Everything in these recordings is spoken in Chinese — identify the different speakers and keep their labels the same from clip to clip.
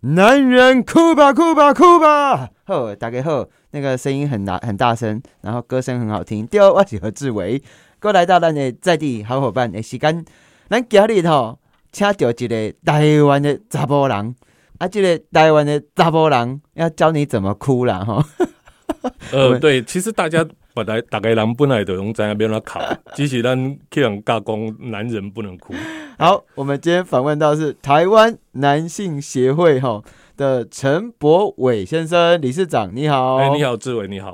Speaker 1: 男人哭吧哭吧哭吧，吼，大家好，那个声音很大很大声，然后歌声很好听。第二，我是何志伟，过来到咱的在地好伙伴的时间，咱今日吼，请到一个台湾的查甫人，啊，这个台湾的查甫人要教你怎么哭啦，吼，我
Speaker 2: 呃，
Speaker 1: 们
Speaker 2: 对，其实大家本来大概人本来就拢知影要怎 哭，只是咱去人教讲男人不能哭。
Speaker 1: 好，我们今天访问到是台湾男性协会吼的陈博伟先生理事长，你好，
Speaker 2: 哎、你好，志 伟，你好。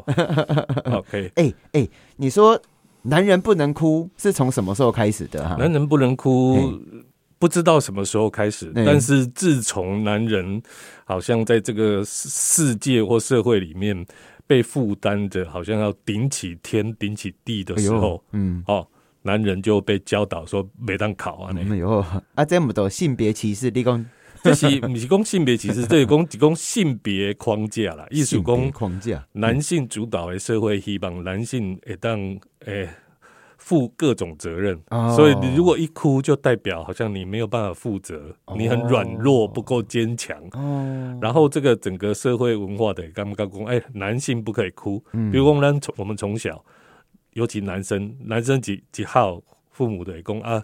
Speaker 2: OK，哦
Speaker 1: 哎、哎、你说男人不能哭是从什么时候开始的哈？
Speaker 2: 男人不能哭，不知道什么时候开始，
Speaker 1: 嗯
Speaker 2: 但是自从男人好像在这个世世界或社会里面被负担着，好像要顶起天、顶起地的
Speaker 1: 哎
Speaker 2: 时
Speaker 1: 呦
Speaker 2: 候，
Speaker 1: 嗯，
Speaker 2: 哦，男人就被教导说没当考啊，那
Speaker 1: 哎呦，啊，这么多性别歧视，立功
Speaker 2: 这是不是讲性别歧视，这是讲是讲性别框架啦，艺术讲
Speaker 1: 框架，
Speaker 2: 男性主导的社会，希望男性会当诶负各种责任。
Speaker 1: 哦
Speaker 2: 所以你如果一哭，就代表好像你没有办法负责，你很软弱，不够坚强。
Speaker 1: 哦，
Speaker 2: 然后这个整个社会文化的刚刚讲，哎，男性不可以哭。
Speaker 1: 嗯
Speaker 2: 比如说咱从我们从小，尤其男生，男生几几号父母的讲啊，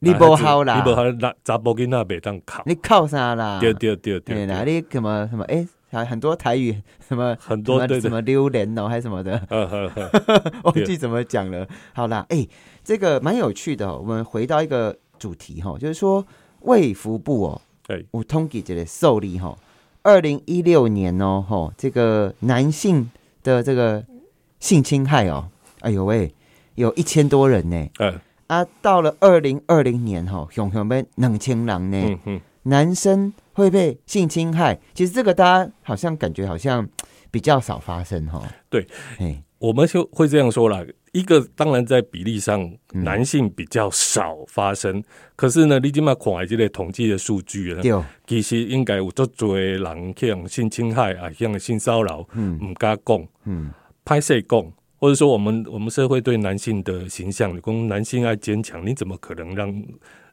Speaker 1: 你不好啦
Speaker 2: 你不好，那查甫囡仔袂当哭。
Speaker 1: 你靠啥啦？
Speaker 2: 对对对对
Speaker 1: 对啦，
Speaker 2: 对，
Speaker 1: 你什么什么哎。还很多台语，什么
Speaker 2: 很
Speaker 1: 什么
Speaker 2: 多对
Speaker 1: 什
Speaker 2: 对。
Speaker 1: 么榴莲哦，还是什么的，
Speaker 2: 呵呵呵，
Speaker 1: 忘记怎么讲了。好啦，哎、这个蛮有趣的、哦。我们回到一个主题哈、哦，就是说卫福部哦，
Speaker 2: 哎
Speaker 1: 有统计这个受理哈，二零一六年哦，吼，这个男性的这个性侵害哦，哎呦喂，有一千多人呢。
Speaker 2: 哎，
Speaker 1: 啊，到了二零二零年吼，熊熊被两千人呢，
Speaker 2: 嗯嗯，
Speaker 1: 男生会被性侵害，其实这个大家好像感觉好像比较少发生哈、哦。
Speaker 2: 对，
Speaker 1: 哎，
Speaker 2: 我们就会这样说啦。一个当然在比例上，
Speaker 1: 嗯
Speaker 2: 男性比较少发生，可是呢，你今嘛看这类统计的数据呢，
Speaker 1: 对，哦
Speaker 2: 其实应该有足多的人去用性侵害啊，去用性骚扰，
Speaker 1: 嗯
Speaker 2: 唔敢讲，
Speaker 1: 嗯，
Speaker 2: 拍谁讲，或者说我们我们社会对男性的形象，你讲男性爱坚强，你怎么可能让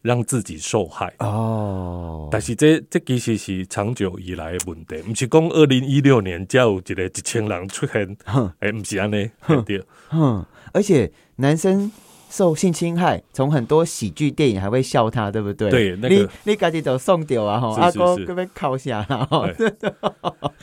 Speaker 2: 让自己受害？
Speaker 1: 哦，
Speaker 2: 但是这这其实是长久以来的问题，不是讲二零一六年才有一个一千人出现，哎，不是安尼，对，
Speaker 1: 哼，而且男生受性侵害，从很多喜剧电影还会笑他，对不对？
Speaker 2: 对那个
Speaker 1: 你你赶紧走送掉啊！吼，
Speaker 2: 是
Speaker 1: 阿
Speaker 2: 是
Speaker 1: 公
Speaker 2: 是
Speaker 1: 这边靠下啦，吼
Speaker 2: 哎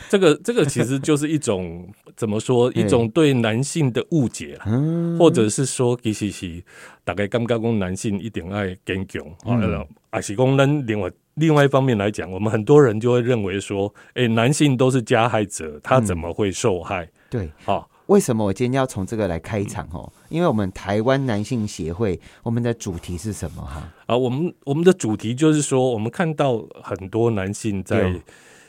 Speaker 2: 这个这个 其实就是一种怎么说，一种对男性的误解啦，
Speaker 1: 嗯，
Speaker 2: 或者是说其实是大概感觉讲男性一定爱坚强，啊、
Speaker 1: 嗯
Speaker 2: 还是讲咱另外另外一方面来讲，我们很多人就会认为说，哎，男性都是加害者，他怎么会受害？哦
Speaker 1: 对。
Speaker 2: 好、
Speaker 1: 为什么我今天要从这个来开场哦？
Speaker 2: 嗯
Speaker 1: 因为我们台湾男性协会，我们的主题是什么哈？
Speaker 2: 啊，我们我们的主题就是说，我们看到很多男性在
Speaker 1: 对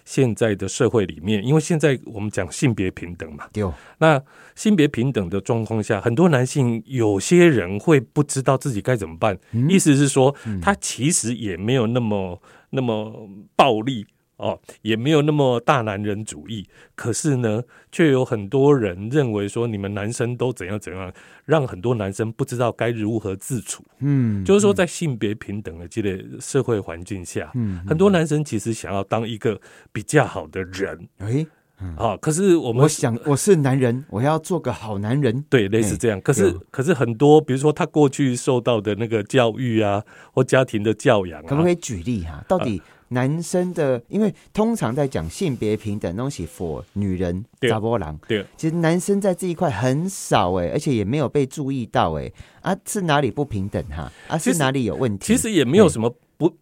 Speaker 2: 现在的社会里面，因为现在我们讲性别平等嘛，
Speaker 1: 丢
Speaker 2: 那性别平等的状况下，很多男性有些人会不知道自己该怎么办，
Speaker 1: 嗯
Speaker 2: 意思是说，他其实也没有那么那么暴力哦，也没有那么大男人主义，可是呢，却有很多人认为说，你们男生都怎样怎样，让很多男生不知道该如何自处。
Speaker 1: 嗯，
Speaker 2: 就是说，在性别平等的这类社会环境下，
Speaker 1: 嗯，
Speaker 2: 很多男生其实想要当一个比较好的人
Speaker 1: 哎，
Speaker 2: 啊、可是我们
Speaker 1: 我想我是男人，我要做个好男人。
Speaker 2: 对，类似
Speaker 1: 嗯
Speaker 2: 这样。可是
Speaker 1: 有，
Speaker 2: 可是很多，比如说他过去受到的那个教育啊，或家庭的教养
Speaker 1: 可不可
Speaker 2: 啊，
Speaker 1: 以举例哈、到底男生的，因为通常在讲性别平等东西，for 女人
Speaker 2: 对
Speaker 1: 扎波郎，
Speaker 2: 对，
Speaker 1: 其实男生在这一块很少哎、而且也没有被注意到哎、啊，是哪里不平等哈、啊？
Speaker 2: 其实
Speaker 1: 是哪里有问题？
Speaker 2: 其实也没有什么不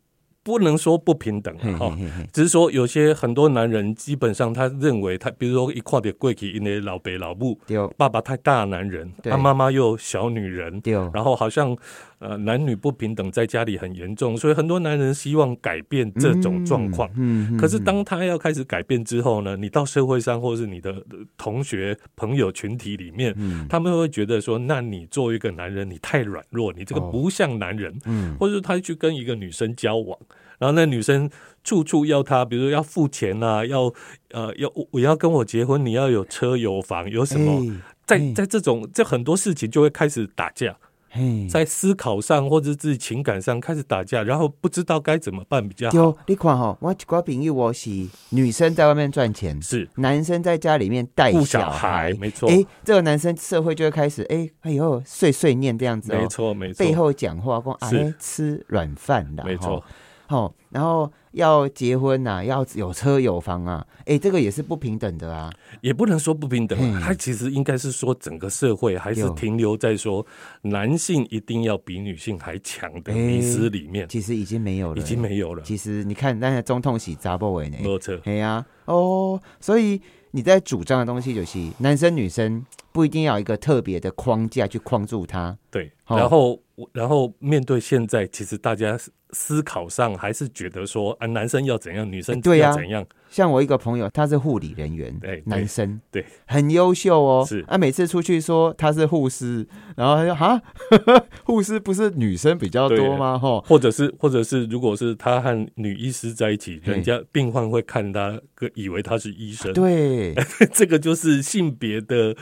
Speaker 2: 不能说不平等
Speaker 1: 嘿嘿
Speaker 2: 啊哈。
Speaker 1: 嘿嘿，
Speaker 2: 只是说，有些很多男人基本上他认为他，比如说一跨的过去，因为老北老母，
Speaker 1: 丢
Speaker 2: 爸爸太大男人，
Speaker 1: 对
Speaker 2: 他妈妈又小女人，
Speaker 1: 丢，
Speaker 2: 然后好像呃男女不平等在家里很严重，所以很多男人希望改变这种状况。
Speaker 1: 嗯，嗯
Speaker 2: 可是
Speaker 1: 嗯
Speaker 2: 当他要开始改变之后呢，你到社会上或是你的呃同学、朋友群体里面，
Speaker 1: 嗯
Speaker 2: 他们会觉得说，那你作为一个男人，你太软弱，你这个
Speaker 1: 哦
Speaker 2: 不像男人，
Speaker 1: 嗯
Speaker 2: 或者是他去跟一个女生交往。然后那女生处处要他，比如说要付钱啊，要呃要我我要跟我结婚，你要有车有房有什么，
Speaker 1: 哎
Speaker 2: 在
Speaker 1: 哎
Speaker 2: 在这种这很多事情就会开始打架。
Speaker 1: 嘿，
Speaker 2: 在思考上或者自己情感上开始打架，然后不知道该怎么办比较好。
Speaker 1: 丢你看哈、我一寡朋友我是女生在外面赚钱，
Speaker 2: 是
Speaker 1: 男生在家里面带
Speaker 2: 顾
Speaker 1: 小
Speaker 2: 小孩，没错，
Speaker 1: 哎、这个男生社会就会开始哎，哎呦碎碎念这样子
Speaker 2: 没
Speaker 1: 哦，
Speaker 2: 错，没
Speaker 1: 背
Speaker 2: 错，
Speaker 1: 后讲话讲啊，
Speaker 2: 是
Speaker 1: 哎吃软饭啦，
Speaker 2: 没错，
Speaker 1: 吼，吼，然后要结婚呐、要有车有房啊，哎，这个也是不平等的啊，
Speaker 2: 也不能说不平等
Speaker 1: 嘿，
Speaker 2: 它其实应该是说整个社会还是
Speaker 1: 有
Speaker 2: 停留在说男性一定要比女性还强的
Speaker 1: 哎
Speaker 2: 迷思里面，
Speaker 1: 其实已经没有了，
Speaker 2: 已经，没有了。
Speaker 1: 其实你看，那中痛喜查某的呢，
Speaker 2: 没错，
Speaker 1: 哎呀、哦，所以你在主张的东西就是男生女生不一定要有一个特别的框架去框住他，
Speaker 2: 对。
Speaker 1: 好
Speaker 2: 然后，然后面对现在，其实大家思思考上还是觉得说啊，男生要怎样，女生
Speaker 1: 哎对呀
Speaker 2: 要怎样，
Speaker 1: 像我一个朋友，他是护理人员
Speaker 2: 哎对对，
Speaker 1: 男生，
Speaker 2: 对，
Speaker 1: 很优秀哦。
Speaker 2: 是
Speaker 1: 啊，每次出去说他是护士，然后他就哈， 护士不是女生比较
Speaker 2: 啊
Speaker 1: 多吗？吼，
Speaker 2: 或者是，或者是，如果是他和女医师在一起，
Speaker 1: 嘿
Speaker 2: 人家病患会看他，个以为他是医生。
Speaker 1: 对，
Speaker 2: 这个就是性别的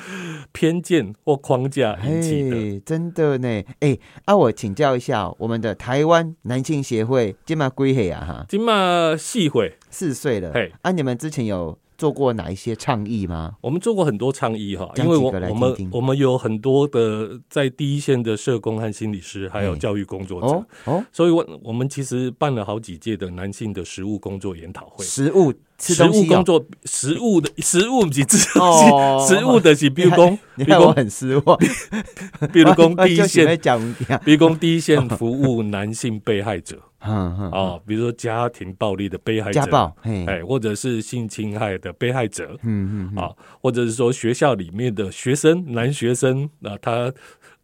Speaker 2: 偏见或框架引起的。
Speaker 1: 嘿，真的呢。哎，啊，我请教一下我们的台湾男性协会，今嘛归黑啊哈，
Speaker 2: 今嘛细会，
Speaker 1: 四岁了
Speaker 2: 嘿，
Speaker 1: 啊，你们之前有做过哪一些倡议吗？
Speaker 2: 我们做过很多倡议哈，
Speaker 1: 讲
Speaker 2: 因为
Speaker 1: 几
Speaker 2: 我
Speaker 1: 个来
Speaker 2: 我
Speaker 1: 听
Speaker 2: 们
Speaker 1: 听
Speaker 2: 我们有很多的在第一线的社工和心理师，还有
Speaker 1: 嘿
Speaker 2: 教育工作者，
Speaker 1: 哦哦，
Speaker 2: 所以我我们其实办了好几届的男性的实务工作研讨会。
Speaker 1: 食物吃
Speaker 2: 实
Speaker 1: 东
Speaker 2: 务
Speaker 1: 西
Speaker 2: 工
Speaker 1: 哦。
Speaker 2: 作，实务的实务不是吃东
Speaker 1: 哦
Speaker 2: 西，实务的是比如讲，
Speaker 1: 你
Speaker 2: 比如
Speaker 1: 看我
Speaker 2: 讲，
Speaker 1: 很失望，
Speaker 2: 比如 讲第一
Speaker 1: 就喜
Speaker 2: 线，
Speaker 1: 欢讲物件，
Speaker 2: 比如讲第一线服务男性被害者
Speaker 1: 嗯嗯，
Speaker 2: 啊，比如说家庭暴力的被害 者，
Speaker 1: 家暴，嘿，
Speaker 2: 哎，或者是性侵害的被害者
Speaker 1: 嗯嗯，嗯
Speaker 2: 啊，或者是说学校里面的学生，男学生啊，他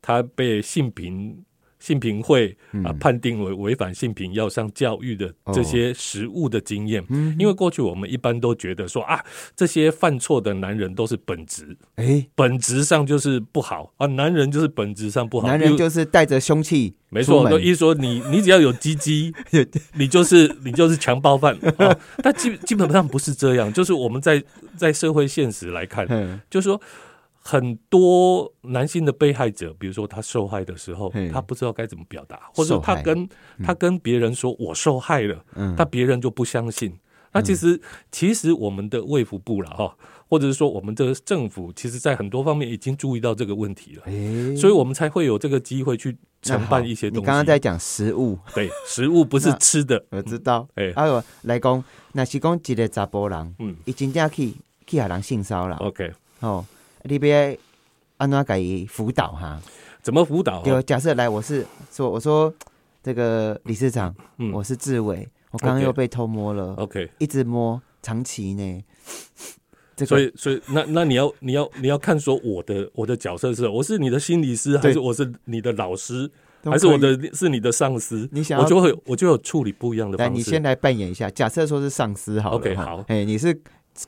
Speaker 2: 他被性平性平会啊
Speaker 1: 嗯
Speaker 2: 判定为违反性平要上教育的这些实务的经验。
Speaker 1: 哦嗯
Speaker 2: 因为过去我们一般都觉得说啊，这些犯错的男人都是本质，
Speaker 1: 哎，
Speaker 2: 本质上就是不好啊，男人就是本质上不好。
Speaker 1: 男
Speaker 2: 比
Speaker 1: 人
Speaker 2: 如
Speaker 1: 就是带着凶器
Speaker 2: 没
Speaker 1: 出
Speaker 2: 错，
Speaker 1: 门，
Speaker 2: 就一说你，你只要有 鸡鸡，你就是你就是强暴犯。哦、但基基本上不是这样，就是我们在在社会现实来看，
Speaker 1: 嗯
Speaker 2: 就是说很多男性的被害者，比如说他受害的时候
Speaker 1: 嗯，
Speaker 2: 他不知道该怎么表达，或者
Speaker 1: 受害
Speaker 2: 他跟他跟别人说我受害了，
Speaker 1: 嗯
Speaker 2: 但别人就不相信。那其实，其实我们的卫福部了哈，或者是说我们的政府，其实在很多方面已经注意到这个问题了。
Speaker 1: 哎，
Speaker 2: 所以我们才会有这个机会去承办一些
Speaker 1: 那好
Speaker 2: 东西。
Speaker 1: 你刚刚在讲食物，
Speaker 2: 对食物不是
Speaker 1: 那
Speaker 2: 吃的，
Speaker 1: 我知道。
Speaker 2: 哎、
Speaker 1: 还有来讲，那是讲一个查甫人，
Speaker 2: 嗯
Speaker 1: 伊真正去去害人性骚扰，
Speaker 2: o k
Speaker 1: 哦，你别安怎给伊辅导哈？
Speaker 2: 怎么辅导？
Speaker 1: 就假设来，我是说，我说这个理事长，
Speaker 2: 嗯
Speaker 1: 我是志伟，我刚刚
Speaker 2: OK 哦
Speaker 1: 又被偷摸了，
Speaker 2: ，OK。
Speaker 1: 一直摸，长期呢，这
Speaker 2: 所
Speaker 1: 个
Speaker 2: 以，所以那那你要你要你要看说我的我的角色是我是你的心理师，还是我是你的老师，
Speaker 1: 都
Speaker 2: 还是
Speaker 1: 可
Speaker 2: 我
Speaker 1: 以
Speaker 2: 的是你的上司？
Speaker 1: 你想要
Speaker 2: 我就会我就有处理不一样的
Speaker 1: 来，
Speaker 2: 方
Speaker 1: 你
Speaker 2: 式
Speaker 1: 先。来扮演一下。假设说是上司好了
Speaker 2: OK，
Speaker 1: 哈
Speaker 2: 好
Speaker 1: 哎，你是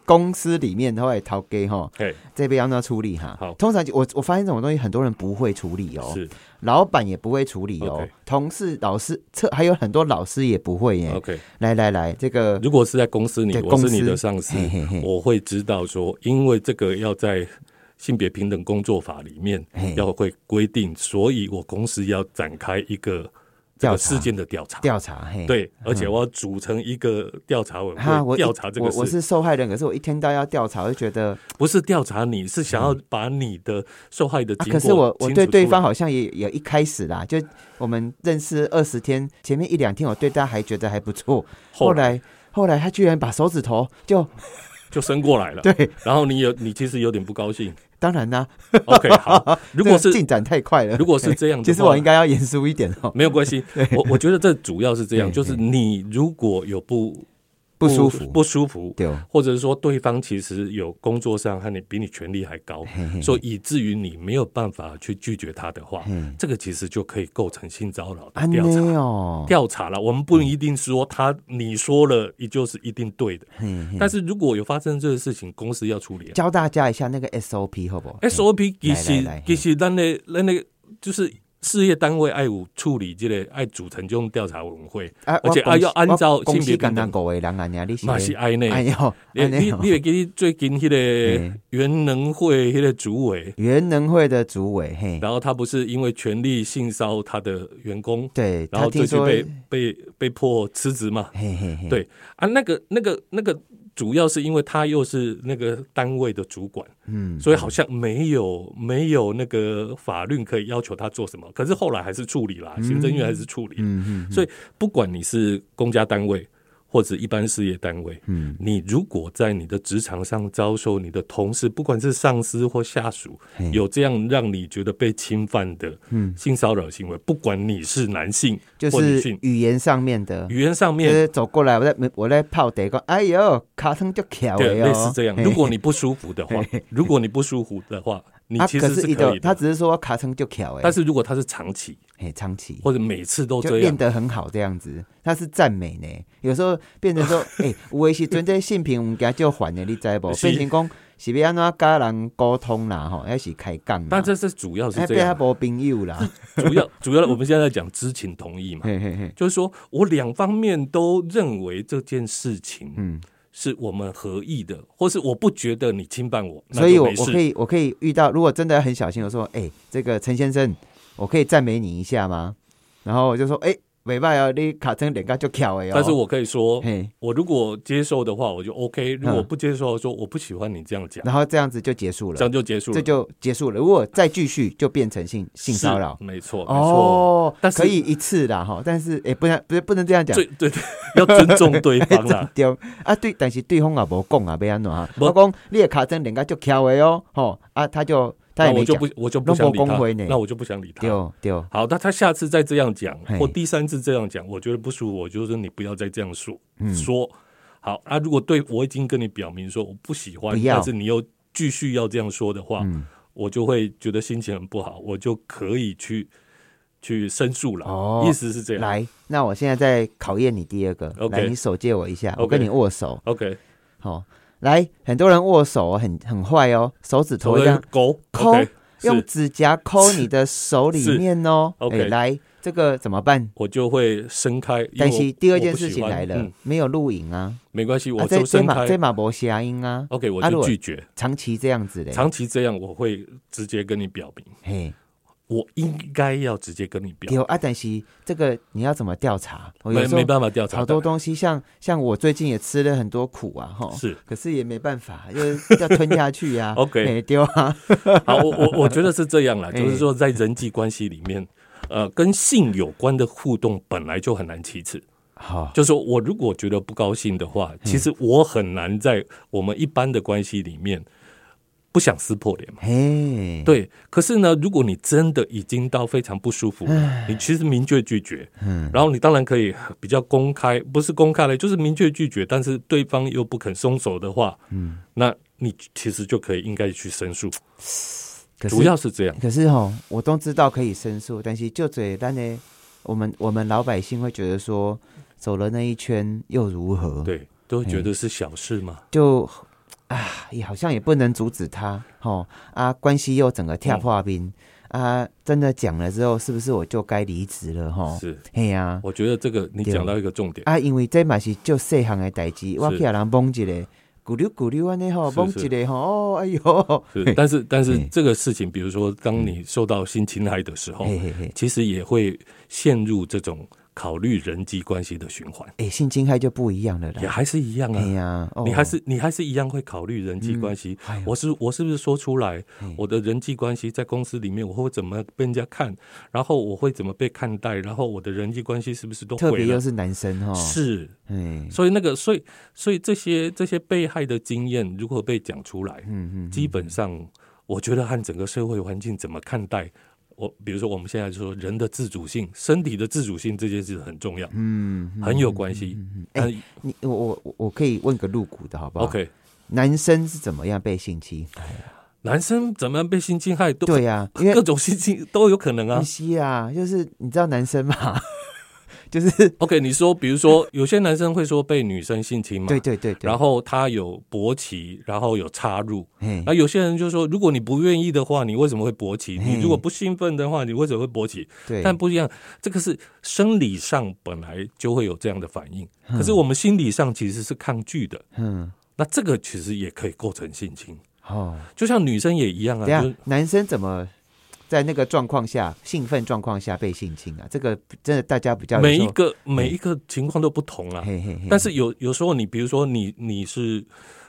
Speaker 1: 公司里面的话也逃给哈，
Speaker 2: 嘿，
Speaker 1: 这边要不要处理哈？
Speaker 2: 好
Speaker 1: 通常我我发现这种东西很多人不会处理哦，
Speaker 2: 是
Speaker 1: 老板也不会处理哦
Speaker 2: OK，
Speaker 1: 同事、老师，这还有很多老师也不会耶。
Speaker 2: OK。
Speaker 1: 来来来，这个
Speaker 2: 如果是在公司里，
Speaker 1: 对
Speaker 2: 我
Speaker 1: 公
Speaker 2: 是
Speaker 1: 司
Speaker 2: 你的上司
Speaker 1: 嘿嘿嘿，
Speaker 2: 我会知道说，因为这个要在性别平等工作法里面
Speaker 1: 嘿
Speaker 2: 要会规定，所以我公司要展开一个这
Speaker 1: 调查
Speaker 2: 个事件的调查。
Speaker 1: 调查嘿，
Speaker 2: 对，而且我要组成一个调查委
Speaker 1: 哈，
Speaker 2: 员
Speaker 1: 我一
Speaker 2: 会调查这个
Speaker 1: 我我是
Speaker 2: 事，
Speaker 1: 受害人，可是我一天到要调查，我就觉得
Speaker 2: 不是调查你，是想要把你的受害的
Speaker 1: 啊，
Speaker 2: 经
Speaker 1: 可是我我
Speaker 2: 过清
Speaker 1: 对
Speaker 2: 楚
Speaker 1: 对
Speaker 2: 出来
Speaker 1: 方好像也也一开始啦，就我们认识二十天，前面一两天我对他还觉得还不错，后
Speaker 2: 后来
Speaker 1: 来后来他居然把手指头就。
Speaker 2: 就伸过来了
Speaker 1: 对，
Speaker 2: 然后你有你其实有点不高兴。
Speaker 1: 当然啦，
Speaker 2: OK，好， 如
Speaker 1: 这
Speaker 2: 果
Speaker 1: 个
Speaker 2: 是
Speaker 1: 进展太快了，
Speaker 2: 如果是这样的话，
Speaker 1: 其实我应该要严肃一点哦，
Speaker 2: 没有 关系。我我觉得这主要是这样，
Speaker 1: 对
Speaker 2: 就是
Speaker 1: 对
Speaker 2: 你如果有不
Speaker 1: 不舒服，
Speaker 2: 不舒服，
Speaker 1: 对哦，
Speaker 2: 或者是说对方其实有工作上和你比你权力还高，
Speaker 1: 嘿嘿
Speaker 2: 所以以至于你没有办法去拒绝他的话
Speaker 1: 嗯，
Speaker 2: 这个其实就可以构成性骚扰
Speaker 1: 啊
Speaker 2: 的调查。
Speaker 1: 没哦，
Speaker 2: 调查了，我们不一定说他你说了，也就是一定对的。
Speaker 1: 嘿嘿
Speaker 2: 但是如果有发生这个事情，公司要处理啊。
Speaker 1: 教大家一下那个 SOP 好不好？
Speaker 2: SOP 其
Speaker 1: 来来
Speaker 2: 实
Speaker 1: 来
Speaker 2: 其实咱的咱的就是事业单位爱有处理这个爱组成这种调查委员会，
Speaker 1: 啊
Speaker 2: 而且
Speaker 1: 我公
Speaker 2: 啊
Speaker 1: 司
Speaker 2: 要按照
Speaker 1: 我公
Speaker 2: 性
Speaker 1: 司
Speaker 2: 别
Speaker 1: 敢
Speaker 2: 平
Speaker 1: 当
Speaker 2: 等
Speaker 1: 五个人啊，你是
Speaker 2: 嘛是爱呢。
Speaker 1: 哎呦，
Speaker 2: 你
Speaker 1: 安
Speaker 2: 你
Speaker 1: 尼
Speaker 2: 你
Speaker 1: 哦
Speaker 2: 会记得最近迄个
Speaker 1: 嗯
Speaker 2: 原能会迄个主 委，
Speaker 1: 原能会的主委嘿，
Speaker 2: 然后他不是因为权力性骚他的员工，
Speaker 1: 对，
Speaker 2: 然
Speaker 1: 他
Speaker 2: 后
Speaker 1: 听
Speaker 2: 最近
Speaker 1: 说
Speaker 2: 被被被迫辞职嘛？
Speaker 1: 嘿嘿嘿，
Speaker 2: 对啊，那个那个那个主要是因为他又是那个单位的主管，
Speaker 1: 嗯，
Speaker 2: 所以好像没有没有那个法律可以要求他做什么。可是后来还是处理啦，行政院还是处理。
Speaker 1: 嗯嗯
Speaker 2: 所以不管你是公家单位或者一般事业单位，
Speaker 1: 嗯，
Speaker 2: 你如果在你的职场上遭受你的同事，不管是上司或下属，
Speaker 1: 嘿
Speaker 2: 有这样让你觉得被侵犯的
Speaker 1: 嗯
Speaker 2: 性骚扰行为，不管你是男性
Speaker 1: 就
Speaker 2: 或女
Speaker 1: 是
Speaker 2: 性，
Speaker 1: 语言上面的，
Speaker 2: 语言上
Speaker 1: 就
Speaker 2: 面
Speaker 1: 是走过来，我在我在泡茶，讲，哎呦，卡通就巧
Speaker 2: 对
Speaker 1: 了，
Speaker 2: 类似这样。
Speaker 1: 哦嘿
Speaker 2: 如果你不舒服的话，如果你不舒服的话，你
Speaker 1: 啊，
Speaker 2: 其
Speaker 1: 可
Speaker 2: 实
Speaker 1: 是
Speaker 2: 是
Speaker 1: 伊
Speaker 2: 可
Speaker 1: 就
Speaker 2: 以
Speaker 1: 他
Speaker 2: 的。
Speaker 1: 只是说卡通就巧哎，
Speaker 2: 但是如果他是长期
Speaker 1: 嘿长期
Speaker 2: 或者每次都
Speaker 1: 就
Speaker 2: 这
Speaker 1: 练
Speaker 2: 样，
Speaker 1: 得很好这样子，他是赞美呢。有时候变 成说，哎、有的时阵这性平物件就还的，你知无？
Speaker 2: 是
Speaker 1: 变成讲是要安怎跟人沟通啦，吼，还是开讲啦？
Speaker 2: 但这是主要是
Speaker 1: 哎
Speaker 2: 这
Speaker 1: 变
Speaker 2: 样
Speaker 1: 他，无朋友啦，
Speaker 2: 主要主要我们现在在讲知情同意嘛，
Speaker 1: 嘿嘿嘿，
Speaker 2: 就是说我两方面都认为这件事情
Speaker 1: 嗯，
Speaker 2: 是我们合意的，或是我不觉得你侵犯我，
Speaker 1: 所以
Speaker 2: 那
Speaker 1: 我我
Speaker 2: 就没
Speaker 1: 可
Speaker 2: 事。
Speaker 1: 以我可以遇到，如果真的很小心，我说，哎、这个陈先生，我可以赞美你一下吗？然后我就说，哎、袂歹哦，你卡成脸干就巧哎哦。
Speaker 2: 但是我可以说，
Speaker 1: 嘿，
Speaker 2: 我如果接受的话，我就 OK；如果不接受，说我不喜欢你这样讲，
Speaker 1: 然后这样子就结束
Speaker 2: 这
Speaker 1: 了
Speaker 2: 样，就结束了。
Speaker 1: 这就结束了。如果再继续，就变成性性骚扰。
Speaker 2: 是没错，没错。
Speaker 1: 哦，
Speaker 2: 但是
Speaker 1: 可以一次啦哈，但是也不能不是不能这样讲，
Speaker 2: 最对对， 要尊重对方
Speaker 1: 真
Speaker 2: 啦。
Speaker 1: 对啊对，但是对方也无讲啊，要安怎啊？
Speaker 2: 无
Speaker 1: 我讲你的卡针人家就翘的哦，吼啊，他就他
Speaker 2: 那
Speaker 1: 也
Speaker 2: 我
Speaker 1: 没
Speaker 2: 就
Speaker 1: 讲，
Speaker 2: 不我就不想理
Speaker 1: 都没
Speaker 2: 他
Speaker 1: 公会呢，
Speaker 2: 那我就不想理他。
Speaker 1: 对对，
Speaker 2: 好，那他下次再这样讲，
Speaker 1: 嘿
Speaker 2: 或第三次这样讲，我觉得不舒服，我就说你不要再这样说、
Speaker 1: 嗯
Speaker 2: 说。好啊，如果对我已经跟你表明说我不喜欢，
Speaker 1: 不要
Speaker 2: 但是你又继续要这样说的话，
Speaker 1: 嗯，
Speaker 2: 我就会觉得心情很不好，我就可以去去申诉了。
Speaker 1: 哦
Speaker 2: 意思是这样。
Speaker 1: 来，那我现在在考验你第二个，
Speaker 2: OK
Speaker 1: 来，你手借我一下，
Speaker 2: OK
Speaker 1: 我跟你握手，
Speaker 2: OK，
Speaker 1: 好，来，很多人握手很很坏哦，手指头这样
Speaker 2: 勾
Speaker 1: 抠
Speaker 2: OK，
Speaker 1: 用
Speaker 2: 是
Speaker 1: 指甲抠你的手里
Speaker 2: 是
Speaker 1: 面哦，
Speaker 2: OK
Speaker 1: 哎，来，这个怎么办？
Speaker 2: 我就会伸开。因为
Speaker 1: 但是
Speaker 2: 我
Speaker 1: 第二件事情来了，
Speaker 2: 我不喜欢嗯
Speaker 1: 没有录影啊。
Speaker 2: 没关系，
Speaker 1: 啊
Speaker 2: 我
Speaker 1: 这
Speaker 2: 就
Speaker 1: 这
Speaker 2: 伸
Speaker 1: 马
Speaker 2: 开。
Speaker 1: 这马博谐音啊，
Speaker 2: OK，我
Speaker 1: 啊如
Speaker 2: 就
Speaker 1: 果
Speaker 2: 拒绝。
Speaker 1: 长期这样子嘞，
Speaker 2: 长期这样，我会直接跟你表明，
Speaker 1: 嘿，
Speaker 2: 我应该要直接跟你表明。
Speaker 1: 有啊，但是这个你要怎么调查？我哦有
Speaker 2: 没
Speaker 1: 时候
Speaker 2: 没办法调查
Speaker 1: 好
Speaker 2: 到
Speaker 1: 多东西像，像我最近也吃了很多苦啊，哈，
Speaker 2: 是
Speaker 1: 可是也没办法，就是要吞下去呀、
Speaker 2: OK
Speaker 1: 嘿丢啊，
Speaker 2: 好，我我我觉得是这样 啦，
Speaker 1: 哎
Speaker 2: 就是说在人际关系里面，呃，跟性有关的互动本来就很难启齿。
Speaker 1: 好，
Speaker 2: 就是说我如果觉得不高兴的话，
Speaker 1: 嗯
Speaker 2: 其实我很难在我们一般的关系里面不想撕破脸嘛。
Speaker 1: 嘿，，
Speaker 2: 对，可是呢，如果你真的已经到非常不舒服了，你其实明确拒绝，
Speaker 1: 嗯，
Speaker 2: 然后你当然可以比较公开，不是公开了，就是明确拒绝，但是对方又不肯松手的话，嗯，那你其实就可以应该去申诉，
Speaker 1: 可是
Speaker 2: 主要是这样。
Speaker 1: 可是哈，我都知道可以申诉，但是就嘴但呢，我们我们老百姓会觉得说，走了那一圈又如何？，
Speaker 2: 对，都会
Speaker 1: 哎
Speaker 2: 觉得是小事嘛。
Speaker 1: 就啊，也好像也不能阻止他，吼啊，关系又整个跳破冰、啊，真的讲了之后，是不是我就该离职了？吼，
Speaker 2: 是，
Speaker 1: 嘿呀、
Speaker 2: 我觉得这个你
Speaker 1: 哦对
Speaker 2: 讲到一个重点，
Speaker 1: 啊，因为这嘛是就细项的代志，我
Speaker 2: 是
Speaker 1: 去给人蒙一个，咕溜咕溜安尼吼，
Speaker 2: 是
Speaker 1: 蒙
Speaker 2: 是
Speaker 1: 一个吼，哦，哎呦，
Speaker 2: 是，但是但是
Speaker 1: 嘿嗯
Speaker 2: 这个事情，比如说当你受到性侵害的时候，
Speaker 1: 嘿嘿嘿，
Speaker 2: 其实也会陷入这种考虑人际关系的循环，
Speaker 1: 哎，性侵害就不一样了
Speaker 2: 也
Speaker 1: 啦，
Speaker 2: 还是一样
Speaker 1: 哎
Speaker 2: 啊。
Speaker 1: 呀，哦
Speaker 2: 你还是你还是一样会考虑人际关系，
Speaker 1: 哎呦
Speaker 2: 我是我是不是说出来
Speaker 1: 嗯
Speaker 2: 我的人际关系在公司里面我会怎么被人家看，然后我会怎么被看待，然后我的人际关系是不是都
Speaker 1: 特别
Speaker 2: 毁
Speaker 1: 又
Speaker 2: 了？
Speaker 1: 是男生哈，
Speaker 2: 是，
Speaker 1: 哎，
Speaker 2: 所以那个，所以所以这些这些被害的经验如果被讲出来，
Speaker 1: 嗯嗯，
Speaker 2: 基本上我觉得和整个社会环境怎么看待我，比如说我们现在说人的自主性、身体的自主性这件事很重要，
Speaker 1: 嗯，嗯
Speaker 2: 很有关系。
Speaker 1: 哎
Speaker 2: 嗯
Speaker 1: 你我我我我可以问个露骨的好不好
Speaker 2: OK，
Speaker 1: 男生是怎么样被性侵？
Speaker 2: 男生怎么样被性侵害都
Speaker 1: 对呀、因为
Speaker 2: 各种性侵都有可能啊
Speaker 1: 不。是啊，就是你知道男生嘛，就是
Speaker 2: OK，你说，比如说，有些男生会说被女生性侵嘛，
Speaker 1: 对对对对，
Speaker 2: 然
Speaker 1: 后
Speaker 2: 后他有勃起，然后有插入，那有些人就说，如果你不愿意的话，你为什么会勃起？
Speaker 1: 嘿
Speaker 2: 你如果不兴奋的话，你为什么会勃起？
Speaker 1: 对，
Speaker 2: 但不一样，这个是生理上本来就会有这样的反应，可是我们心理上其实是抗拒的。
Speaker 1: 嗯，
Speaker 2: 那这个其实也可以构成性侵，
Speaker 1: 哦，
Speaker 2: 就像女生也一样啊，
Speaker 1: 等一
Speaker 2: 就
Speaker 1: 下
Speaker 2: 是
Speaker 1: 男生怎么在那个状况下兴奋状况下被性侵啊？这个真的大家比较有
Speaker 2: 每
Speaker 1: 时
Speaker 2: 一
Speaker 1: 候
Speaker 2: 个每一个情况都不同啊。
Speaker 1: 嘿嘿嘿，
Speaker 2: 但是有有时候你比如说你你是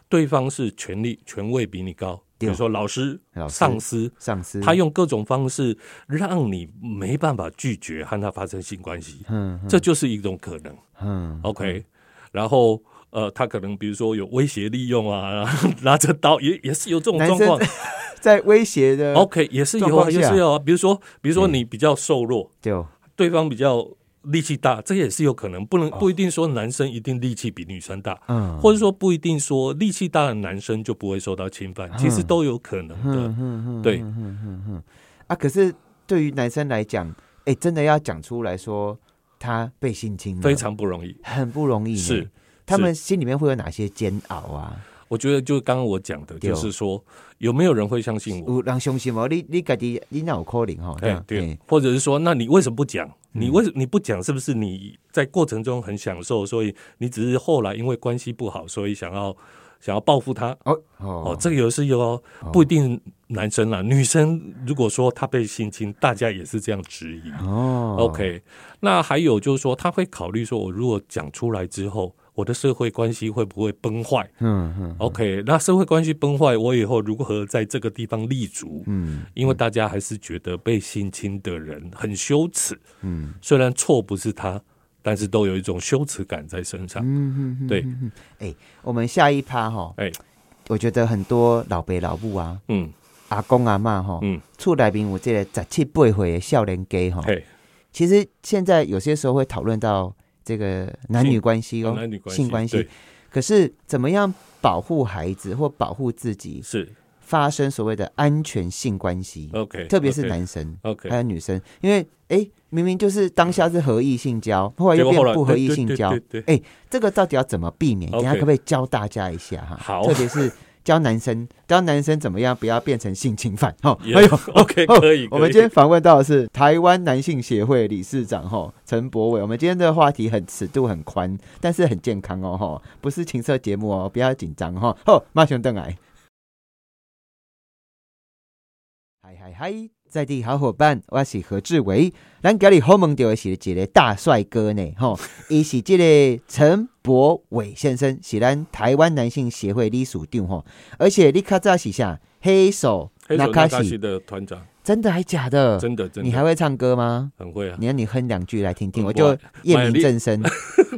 Speaker 2: 对方是权力权位比你高，比
Speaker 1: 对
Speaker 2: 如说老师、
Speaker 1: 老师
Speaker 2: 上司，
Speaker 1: 上司
Speaker 2: 他用各种方式让你没办法拒绝和他发生性关系，
Speaker 1: 嗯
Speaker 2: 这就是一种可能。
Speaker 1: 嗯
Speaker 2: OK，然后。呃，他可能比如说有威胁利用啊， 然后拿着刀也也是有这种
Speaker 1: 男
Speaker 2: 状
Speaker 1: 生
Speaker 2: 况。
Speaker 1: 在威胁的
Speaker 2: OK，也是有
Speaker 1: 状
Speaker 2: 啊，
Speaker 1: 况
Speaker 2: 也
Speaker 1: 下
Speaker 2: 是有啊。比如说，比如说
Speaker 1: 嗯
Speaker 2: 你比较瘦弱，
Speaker 1: 就
Speaker 2: 对方比较力气大，这也是有可能。不
Speaker 1: 哦
Speaker 2: 能不一定说男生一定力气比女生大，
Speaker 1: 嗯
Speaker 2: 或者说不一定说力气大的男生就不会受到侵
Speaker 1: 嗯
Speaker 2: 犯，其实都有可能的。对，
Speaker 1: 啊，可是对于男生来讲，哎、真的要讲出来说他被性侵了，
Speaker 2: 非常不容易。
Speaker 1: 很不容易呢。
Speaker 2: 是，
Speaker 1: 他们心里面会有哪些煎熬啊？
Speaker 2: 我觉得就刚刚我讲的，
Speaker 1: 对哦嗯
Speaker 2: 就是说有没有人会相信我？
Speaker 1: 有让相信吗？你你家己你哪有可能吼？这
Speaker 2: 对
Speaker 1: 样
Speaker 2: 对
Speaker 1: 啊嘿，嗯
Speaker 2: 或者是说，那你为什么不讲？你为什你不讲？是不是你在过程中很享受，所以你只是后来因为关系不好，所以想要想要报复他？
Speaker 1: 哦
Speaker 2: 哦
Speaker 1: 哦，
Speaker 2: 这个有是有哦
Speaker 1: 哦，
Speaker 2: 不一定男生啦，女生如果说她被性侵，大家也是这样质疑。
Speaker 1: 哦
Speaker 2: OK，那还有就是说，他会考虑说，我如果讲出来之后，我的社会关系会不会崩坏
Speaker 1: 嗯嗯
Speaker 2: ？OK，那社会关系崩坏，我以后如何在这个地方立足？
Speaker 1: 嗯
Speaker 2: 因为大家还是觉得被性侵的人很羞耻，
Speaker 1: 嗯
Speaker 2: 虽然错不是他，但是都有一种羞耻感在身上。
Speaker 1: 嗯嗯，
Speaker 2: 啊对，
Speaker 1: 我们下一趴哈，
Speaker 2: 哎
Speaker 1: 我觉得很多老伯老母啊、
Speaker 2: 嗯
Speaker 1: 阿公阿嬷哈，
Speaker 2: 嗯，
Speaker 1: 厝内面有这个十七八岁的少年家哈，
Speaker 2: 嘿，
Speaker 1: 其实现在有些时候会讨论到这个男女关系哦，
Speaker 2: 啊男女关系，
Speaker 1: 性关系
Speaker 2: 对，
Speaker 1: 可是怎么样保护孩子或保护自己
Speaker 2: 是
Speaker 1: 发生所谓的安全性关系，
Speaker 2: OK，
Speaker 1: 特别是男生
Speaker 2: OK，
Speaker 1: 还有女生，因为哎，明明就是当下是合意性交，后来
Speaker 2: 嗯结
Speaker 1: 又
Speaker 2: 果后来
Speaker 1: 变不合意
Speaker 2: 对对
Speaker 1: 性
Speaker 2: 对
Speaker 1: 交
Speaker 2: 对，对
Speaker 1: 这个到底要怎么避免？等
Speaker 2: OK
Speaker 1: 一下可不可以教大家一下哈？
Speaker 2: 好
Speaker 1: 特别是教男生，教男生怎么样不要变成性侵犯哈。
Speaker 2: 也
Speaker 1: 哎呦，
Speaker 2: OK，
Speaker 1: 哦
Speaker 2: 可以。
Speaker 1: 我们
Speaker 2: 可以
Speaker 1: 今天访问到的是台湾男性协会理事长哈陈博伟。我们今天的话题很尺度很宽，但是很健康哦哈，不是情色节目哦，不要紧张哈。哦，马上邓来。嗨嗨嗨，在地好伙伴，我是何志伟。咱今日好梦到的是一个大帅哥呢，吼，伊是这个陈博伟先生，是咱台湾男性协会理事长吼，而且你较早是啥黑手
Speaker 2: 黑手纳
Speaker 1: 卡
Speaker 2: 卡西
Speaker 1: 西，
Speaker 2: 的团长，
Speaker 1: 真的还假的？
Speaker 2: 真的真的，
Speaker 1: 你还会唱歌吗？
Speaker 2: 很会啊？
Speaker 1: 你让你哼两句来听听，
Speaker 2: 嗯
Speaker 1: 我就夜明正 身。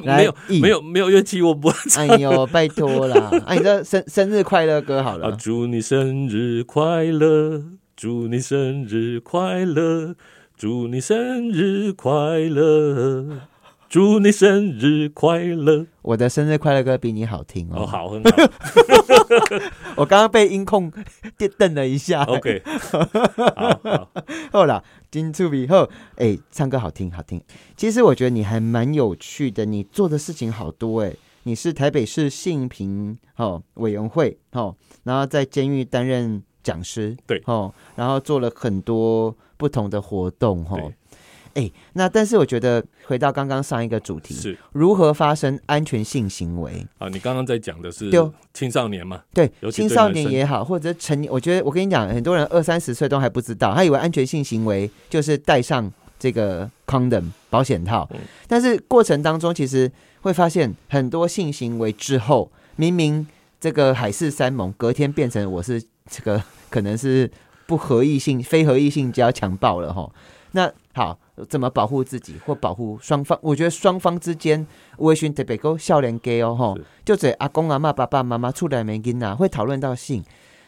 Speaker 1: 来
Speaker 2: 没有
Speaker 1: 一
Speaker 2: 没有没有乐器，我不会
Speaker 1: 哎 呦，拜托啦！哎，你这生生日快乐歌好
Speaker 2: 啊！
Speaker 1: 了，
Speaker 2: 祝你生日快乐，祝你生日快乐，祝你生日快 乐，祝你生日快乐。
Speaker 1: 我的生日快乐歌比你好听
Speaker 2: 哦，
Speaker 1: 哦。
Speaker 2: 好， 很好
Speaker 1: 我刚刚被音控 电瞪了一下。
Speaker 2: ，OK，好好，
Speaker 1: 好啦，金触笔后，哎，唱歌好听好听。其实我觉得你还蛮有趣的，你做的事情好多哎。你是台北市性平哦委员会哦，然后在监狱担任讲师，
Speaker 2: 对
Speaker 1: 哦，然后做了很多不同的活动哦
Speaker 2: 对。
Speaker 1: 哎，那但是我觉得回到刚刚上一个主题，
Speaker 2: 是
Speaker 1: 如何发生安全性行为？
Speaker 2: 啊，你刚刚在讲的是
Speaker 1: 对哦
Speaker 2: 青少年嘛？
Speaker 1: 对
Speaker 2: 尤，其
Speaker 1: 青
Speaker 2: 对
Speaker 1: 少
Speaker 2: 男
Speaker 1: 年
Speaker 2: 生
Speaker 1: 也好，或者成年，我觉得我跟你讲，很多人二三十岁都还不知道，他以为安全性行为就是戴上这个 condom 保险套，
Speaker 2: 嗯
Speaker 1: 但是过程当中其实会发现很多性行为之后，明明这个海誓山盟，隔天变成我是这个可能是不合意性、非合意性交强暴了哈。那好，怎么保护自己或保护双方？我觉得双方之间，微醺特别够笑脸给哦吼
Speaker 2: 是，
Speaker 1: 就这阿公阿妈、爸爸妈妈、出来没囡啊，会讨论到性。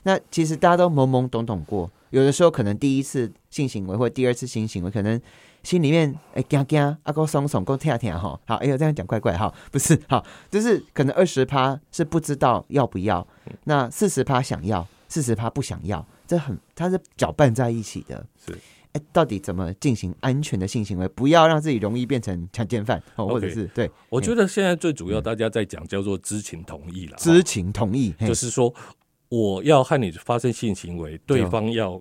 Speaker 1: 那其实大家都懵懵懂懂过，有的时候可能第一次性行为或第二次性行为，可能心里面哎惊惊，阿公松松，够听听哈。好，哎呦这样讲怪怪哈，不是好， 就是可能二十趴是不知道要不要，
Speaker 2: 嗯
Speaker 1: 那四十趴想要，四十趴不想要，这很它是搅拌在一起的。
Speaker 2: 是，
Speaker 1: 哎、哎，到底怎么进行安全的性行为，不要让自己容易变成强奸犯，哦、或者
Speaker 2: OK
Speaker 1: 是对
Speaker 2: 我觉得现在最主要大家在讲叫做知情同意了，
Speaker 1: 知情同意，嘿
Speaker 2: 哦就是说我要和你发生性行为，
Speaker 1: 对
Speaker 2: 对
Speaker 1: 哦
Speaker 2: 方要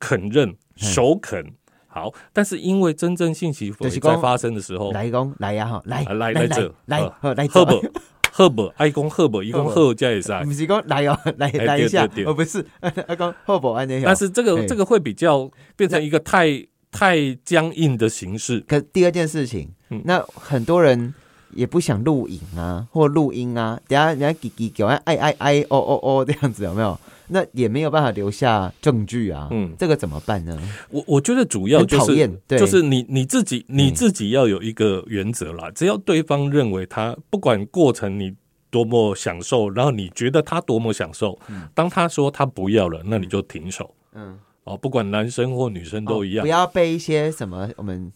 Speaker 2: 肯认、首肯。好，但是因为真正性行为
Speaker 1: 就是说
Speaker 2: 在发生的时候，
Speaker 1: 来公来呀哈，来
Speaker 2: 啊来
Speaker 1: 来
Speaker 2: 来这
Speaker 1: 来
Speaker 2: 呃
Speaker 1: 好来
Speaker 2: 赫
Speaker 1: 走
Speaker 2: 伯赫伯爱公赫伯一共
Speaker 1: 赫
Speaker 2: 赫加也在
Speaker 1: 不，是讲来哦，来
Speaker 2: 哎
Speaker 1: 来一
Speaker 2: 对
Speaker 1: 下
Speaker 2: 对，对
Speaker 1: 哦不是， 阿公后保安的。
Speaker 2: 但是这个
Speaker 1: 嘿
Speaker 2: 这个会比较变成一个太太僵硬的形式。
Speaker 1: 可第二件事情，
Speaker 2: 嗯
Speaker 1: 那很多人也不想录影啊，或录音啊，等下人家叽叽叫，哎哎哎，哦哦哦，这样子有没有？那也没有办法留下证据啊，
Speaker 2: 嗯
Speaker 1: 这个怎么办呢？
Speaker 2: 我我觉得主要就
Speaker 1: 很讨厌
Speaker 2: 是
Speaker 1: 对
Speaker 2: 就是你你自己你
Speaker 1: 嗯
Speaker 2: 自己要有一个原则啦，只要对方认为他不管过程你多么享受，然后你觉得他多么享受，当他说他不要了，那你就停手。
Speaker 1: 嗯，
Speaker 2: 哦，不管男生或女生都一
Speaker 1: 哦不，
Speaker 2: 样
Speaker 1: 要被一些什么我们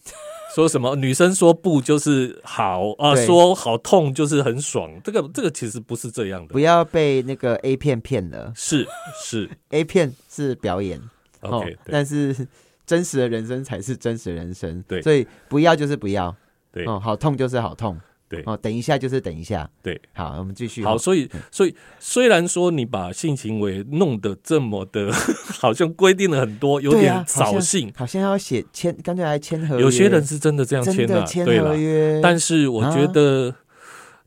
Speaker 2: 说什么女生说不就是好啊、
Speaker 1: 对
Speaker 2: 说好痛就是很爽，这个这个其实不是这样的
Speaker 1: 不，要被那个 A 片骗了
Speaker 2: 是是
Speaker 1: ，A 片是表演， 哦
Speaker 2: ，OK，，对
Speaker 1: 但是 真实的人生才是真实的人生，
Speaker 2: 对
Speaker 1: 所以不要就是不要，
Speaker 2: 对
Speaker 1: 哦，好痛就是好痛，
Speaker 2: 对
Speaker 1: 哦，等一下就是等一下，
Speaker 2: 对，
Speaker 1: 好，我们继续，
Speaker 2: 好，，所以所以虽然说你把性行为弄得这么的， 好像规定了很多，有
Speaker 1: 对
Speaker 2: 点
Speaker 1: 啊好
Speaker 2: 扫
Speaker 1: 像
Speaker 2: 兴。
Speaker 1: 好像要写签，干脆来签合约，
Speaker 2: 有些人是真的这样
Speaker 1: 真
Speaker 2: 签
Speaker 1: 的
Speaker 2: 了，
Speaker 1: 签
Speaker 2: 对
Speaker 1: 合
Speaker 2: 了。
Speaker 1: 约，啊
Speaker 2: 但是我觉得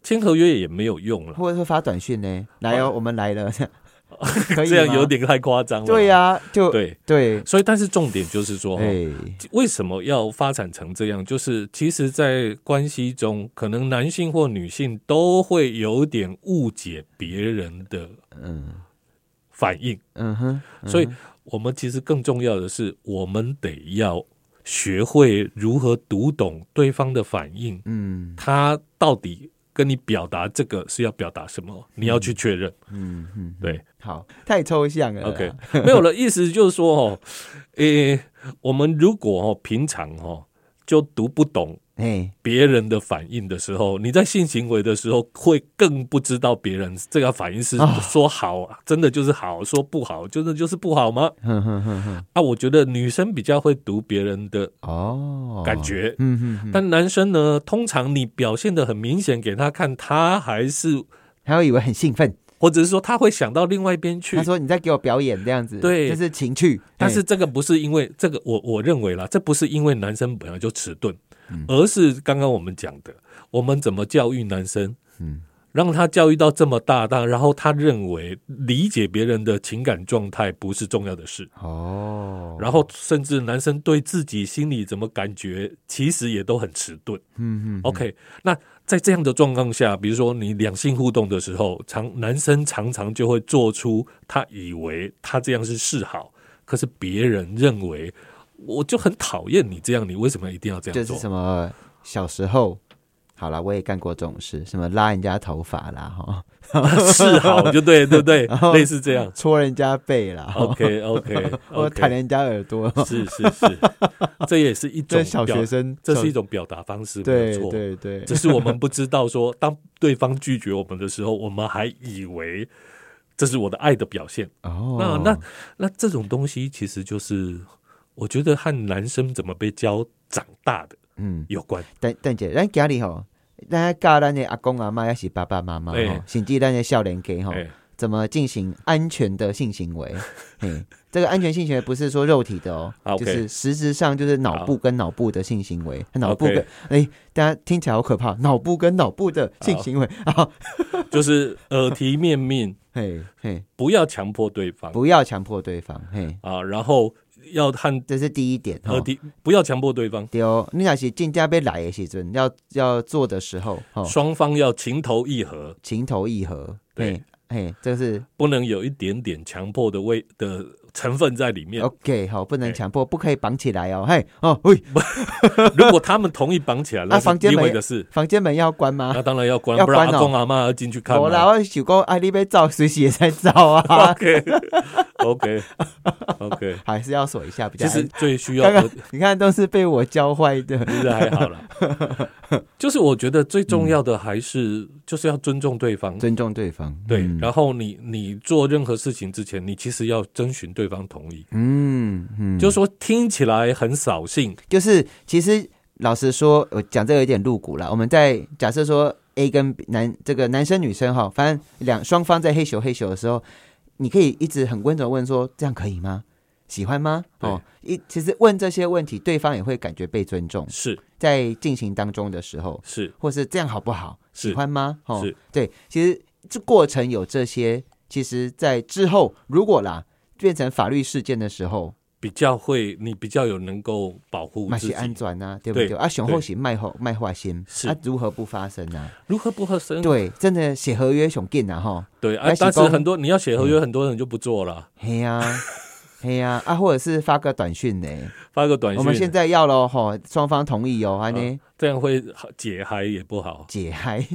Speaker 2: 签合约也没有用了，
Speaker 1: 或者是发短讯呢，来哦，我们来 了，可以
Speaker 2: 这样
Speaker 1: 吗
Speaker 2: 有点太夸张了。
Speaker 1: 对、呀，就
Speaker 2: 对，
Speaker 1: 对，
Speaker 2: 所以但是重点就是说，哦
Speaker 1: 哎，
Speaker 2: 为什么要发展成这样？就是其实，在关系中，可能男性或女性都会有点误解别人的
Speaker 1: 嗯
Speaker 2: 反应。
Speaker 1: 嗯哼，
Speaker 2: 所以我们其实更重要的是，我们得要学会如何读懂对方的反应，
Speaker 1: 嗯
Speaker 2: 他到底跟你表达这个是要表达什么，你要去确认。
Speaker 1: 嗯嗯，
Speaker 2: 对
Speaker 1: 好，太抽象了啦。
Speaker 2: OK，没有了，意思就是说哦，诶、我们如果哦平常哦就读不懂。
Speaker 1: 哎，
Speaker 2: 别人的反应的时候，你在性行为的时候会更不知道别人这个反应是
Speaker 1: 啊
Speaker 2: 说好、真的就是好，说不好真的就是不好吗？
Speaker 1: 哼哼哼哼，
Speaker 2: 啊，我觉得女生比较会读别人的
Speaker 1: 哦，
Speaker 2: 感，觉，
Speaker 1: 嗯哼哼，
Speaker 2: 但男生呢，通常你表现的很明显给他看，他还是
Speaker 1: 他会以为很兴奋，
Speaker 2: 或者是说他会想到另外一边去
Speaker 1: 他。说你哎在给我表演这样子，
Speaker 2: 对
Speaker 1: 就是情趣，
Speaker 2: 但是
Speaker 1: 哎
Speaker 2: 这个不是因为这个，我我认为啦，这不是因为男生本来就迟钝
Speaker 1: 嗯，
Speaker 2: 而是刚刚我们讲的，我们怎么教育男生，
Speaker 1: 嗯
Speaker 2: 让他教育到这么大大，然后他认为理解别人的情感状态不是重要的事，
Speaker 1: 哦，
Speaker 2: 然后甚至男生对自己心里怎么感觉，其实也都很迟钝。
Speaker 1: 嗯嗯
Speaker 2: OK，那在这样的状况下，比如说你两性互动的时候，常男生常常就会做出他以为他这样是示好，可是别人认为我就很讨厌你这样，你为什么一定要这
Speaker 1: 就
Speaker 2: 样
Speaker 1: 是
Speaker 2: 做？
Speaker 1: 什么小时候，好啦，我也干过这种事，什么拉人家头发啦， 哈，
Speaker 2: 示好就对，对不 对
Speaker 1: 然后？
Speaker 2: 类似这样。哦
Speaker 1: 戳人家背啦，哈
Speaker 2: OK OK
Speaker 1: 或者弹
Speaker 2: OK，
Speaker 1: 人家耳朵，
Speaker 2: 是是是，这也是一种
Speaker 1: 这小
Speaker 2: 表
Speaker 1: 学，生，
Speaker 2: 这是一
Speaker 1: 种
Speaker 2: 种表达方式，没有
Speaker 1: 对
Speaker 2: 错。
Speaker 1: 对对，
Speaker 2: 只是我们不知道说，当对方拒绝我们的时候，我们还以为这是我的爱的表现。那
Speaker 1: 哦，
Speaker 2: 那那这种东西其实就是，我觉得和男生怎么被教长大的
Speaker 1: 嗯，
Speaker 2: 有关。
Speaker 1: 等等姐，咱家里吼。咱要教咱的阿公阿妈，也是爸爸妈妈
Speaker 2: 哎
Speaker 1: 吼，甚至咱的少年家吼，
Speaker 2: 哎
Speaker 1: 怎么进行安全的性行 为。嘿，这个安全性行为不是说肉体的哦，
Speaker 2: 好
Speaker 1: 就
Speaker 2: 啊 OK
Speaker 1: 是实质上就是脑部跟脑部的性行为，脑部跟
Speaker 2: OK
Speaker 1: 哎，大家听起来好可怕，脑部跟脑部的性行为啊，
Speaker 2: 就是耳提面命，
Speaker 1: 嘿嘿，
Speaker 2: 不要强迫对方
Speaker 1: 不要强迫对方，嘿，
Speaker 2: 啊，然后要和
Speaker 1: 这是第一点
Speaker 2: 耳
Speaker 1: 哦。
Speaker 2: 提不要强迫对方，
Speaker 1: 对哦，你若是进家被来的时阵，要要做的时候，哦，
Speaker 2: 双方要情投意合，
Speaker 1: 情投意合，
Speaker 2: 对
Speaker 1: 嘿，嘿，这是
Speaker 2: 不能有一点点强迫的味的成分在里面。
Speaker 1: OK 好，不能
Speaker 2: 哎
Speaker 1: 强迫，不可以绑起来哦，嘿，哦，喂，
Speaker 2: 如果他们同意 绑起来，那
Speaker 1: 啊房
Speaker 2: 是
Speaker 1: 间
Speaker 2: 另外
Speaker 1: 没
Speaker 2: 的事。
Speaker 1: 房间门要关吗？
Speaker 2: 那当然要关，
Speaker 1: 要
Speaker 2: 不然
Speaker 1: 关
Speaker 2: 阿
Speaker 1: 哦
Speaker 2: 公阿妈要进去看
Speaker 1: 我啦，
Speaker 2: 嘛。
Speaker 1: 我想讲，啊，你要走，随时也在走 啊，
Speaker 2: OK OK OK，
Speaker 1: 还是要锁一 下比较
Speaker 2: 其
Speaker 1: 安。
Speaker 2: 实最需要
Speaker 1: 刚
Speaker 2: 耳
Speaker 1: 刚你看都是被我教坏的，
Speaker 2: 其实还好啦， 就是我觉得最重要的还是就是要尊重对方。
Speaker 1: 嗯尊重对方。
Speaker 2: 对，
Speaker 1: 嗯
Speaker 2: 然后你你做任何事情之前，你其实要征询对对方同意。
Speaker 1: 嗯嗯，
Speaker 2: 就是说听起来很扫兴，
Speaker 1: 就是其实老实说，我讲这个有点露骨了。我们在假设说 A 跟 B- 男这个男生女生哈，反正两双方在嘿咻嘿咻的时候，你可以一直很温柔问说这样可以吗？喜欢吗？哦，一其实问这些问题，对方也会感觉被尊重。
Speaker 2: 是
Speaker 1: 在进行当中的时候，
Speaker 2: 是
Speaker 1: 或是这样好不好？
Speaker 2: 是
Speaker 1: 喜欢吗？哦
Speaker 2: 是，
Speaker 1: 对，其实这过程有这些，其实在之后如果啦变成法律事件的时候，
Speaker 2: 比较会，你比较有能够保护
Speaker 1: 嘛
Speaker 2: 自
Speaker 1: 是安
Speaker 2: 己。
Speaker 1: 全呐、对不对？
Speaker 2: 对
Speaker 1: 啊，雄厚型卖后卖化心，
Speaker 2: 是嗯
Speaker 1: 啊，如何不发生呢、
Speaker 2: 如何不合身？
Speaker 1: 对，真的写合约雄劲啊吼，
Speaker 2: 对啊
Speaker 1: 那，是
Speaker 2: 但是
Speaker 1: 讲
Speaker 2: 很多你要写合约，很多人就不做了，
Speaker 1: 嘿呀、 嘿呀、啊，或者是发个短讯呢、
Speaker 2: 发个短
Speaker 1: 我们现
Speaker 2: 信，
Speaker 1: 在要咯吼，双方同意哦，安呢、，
Speaker 2: 这样会解嗨也不好
Speaker 1: 解嗨，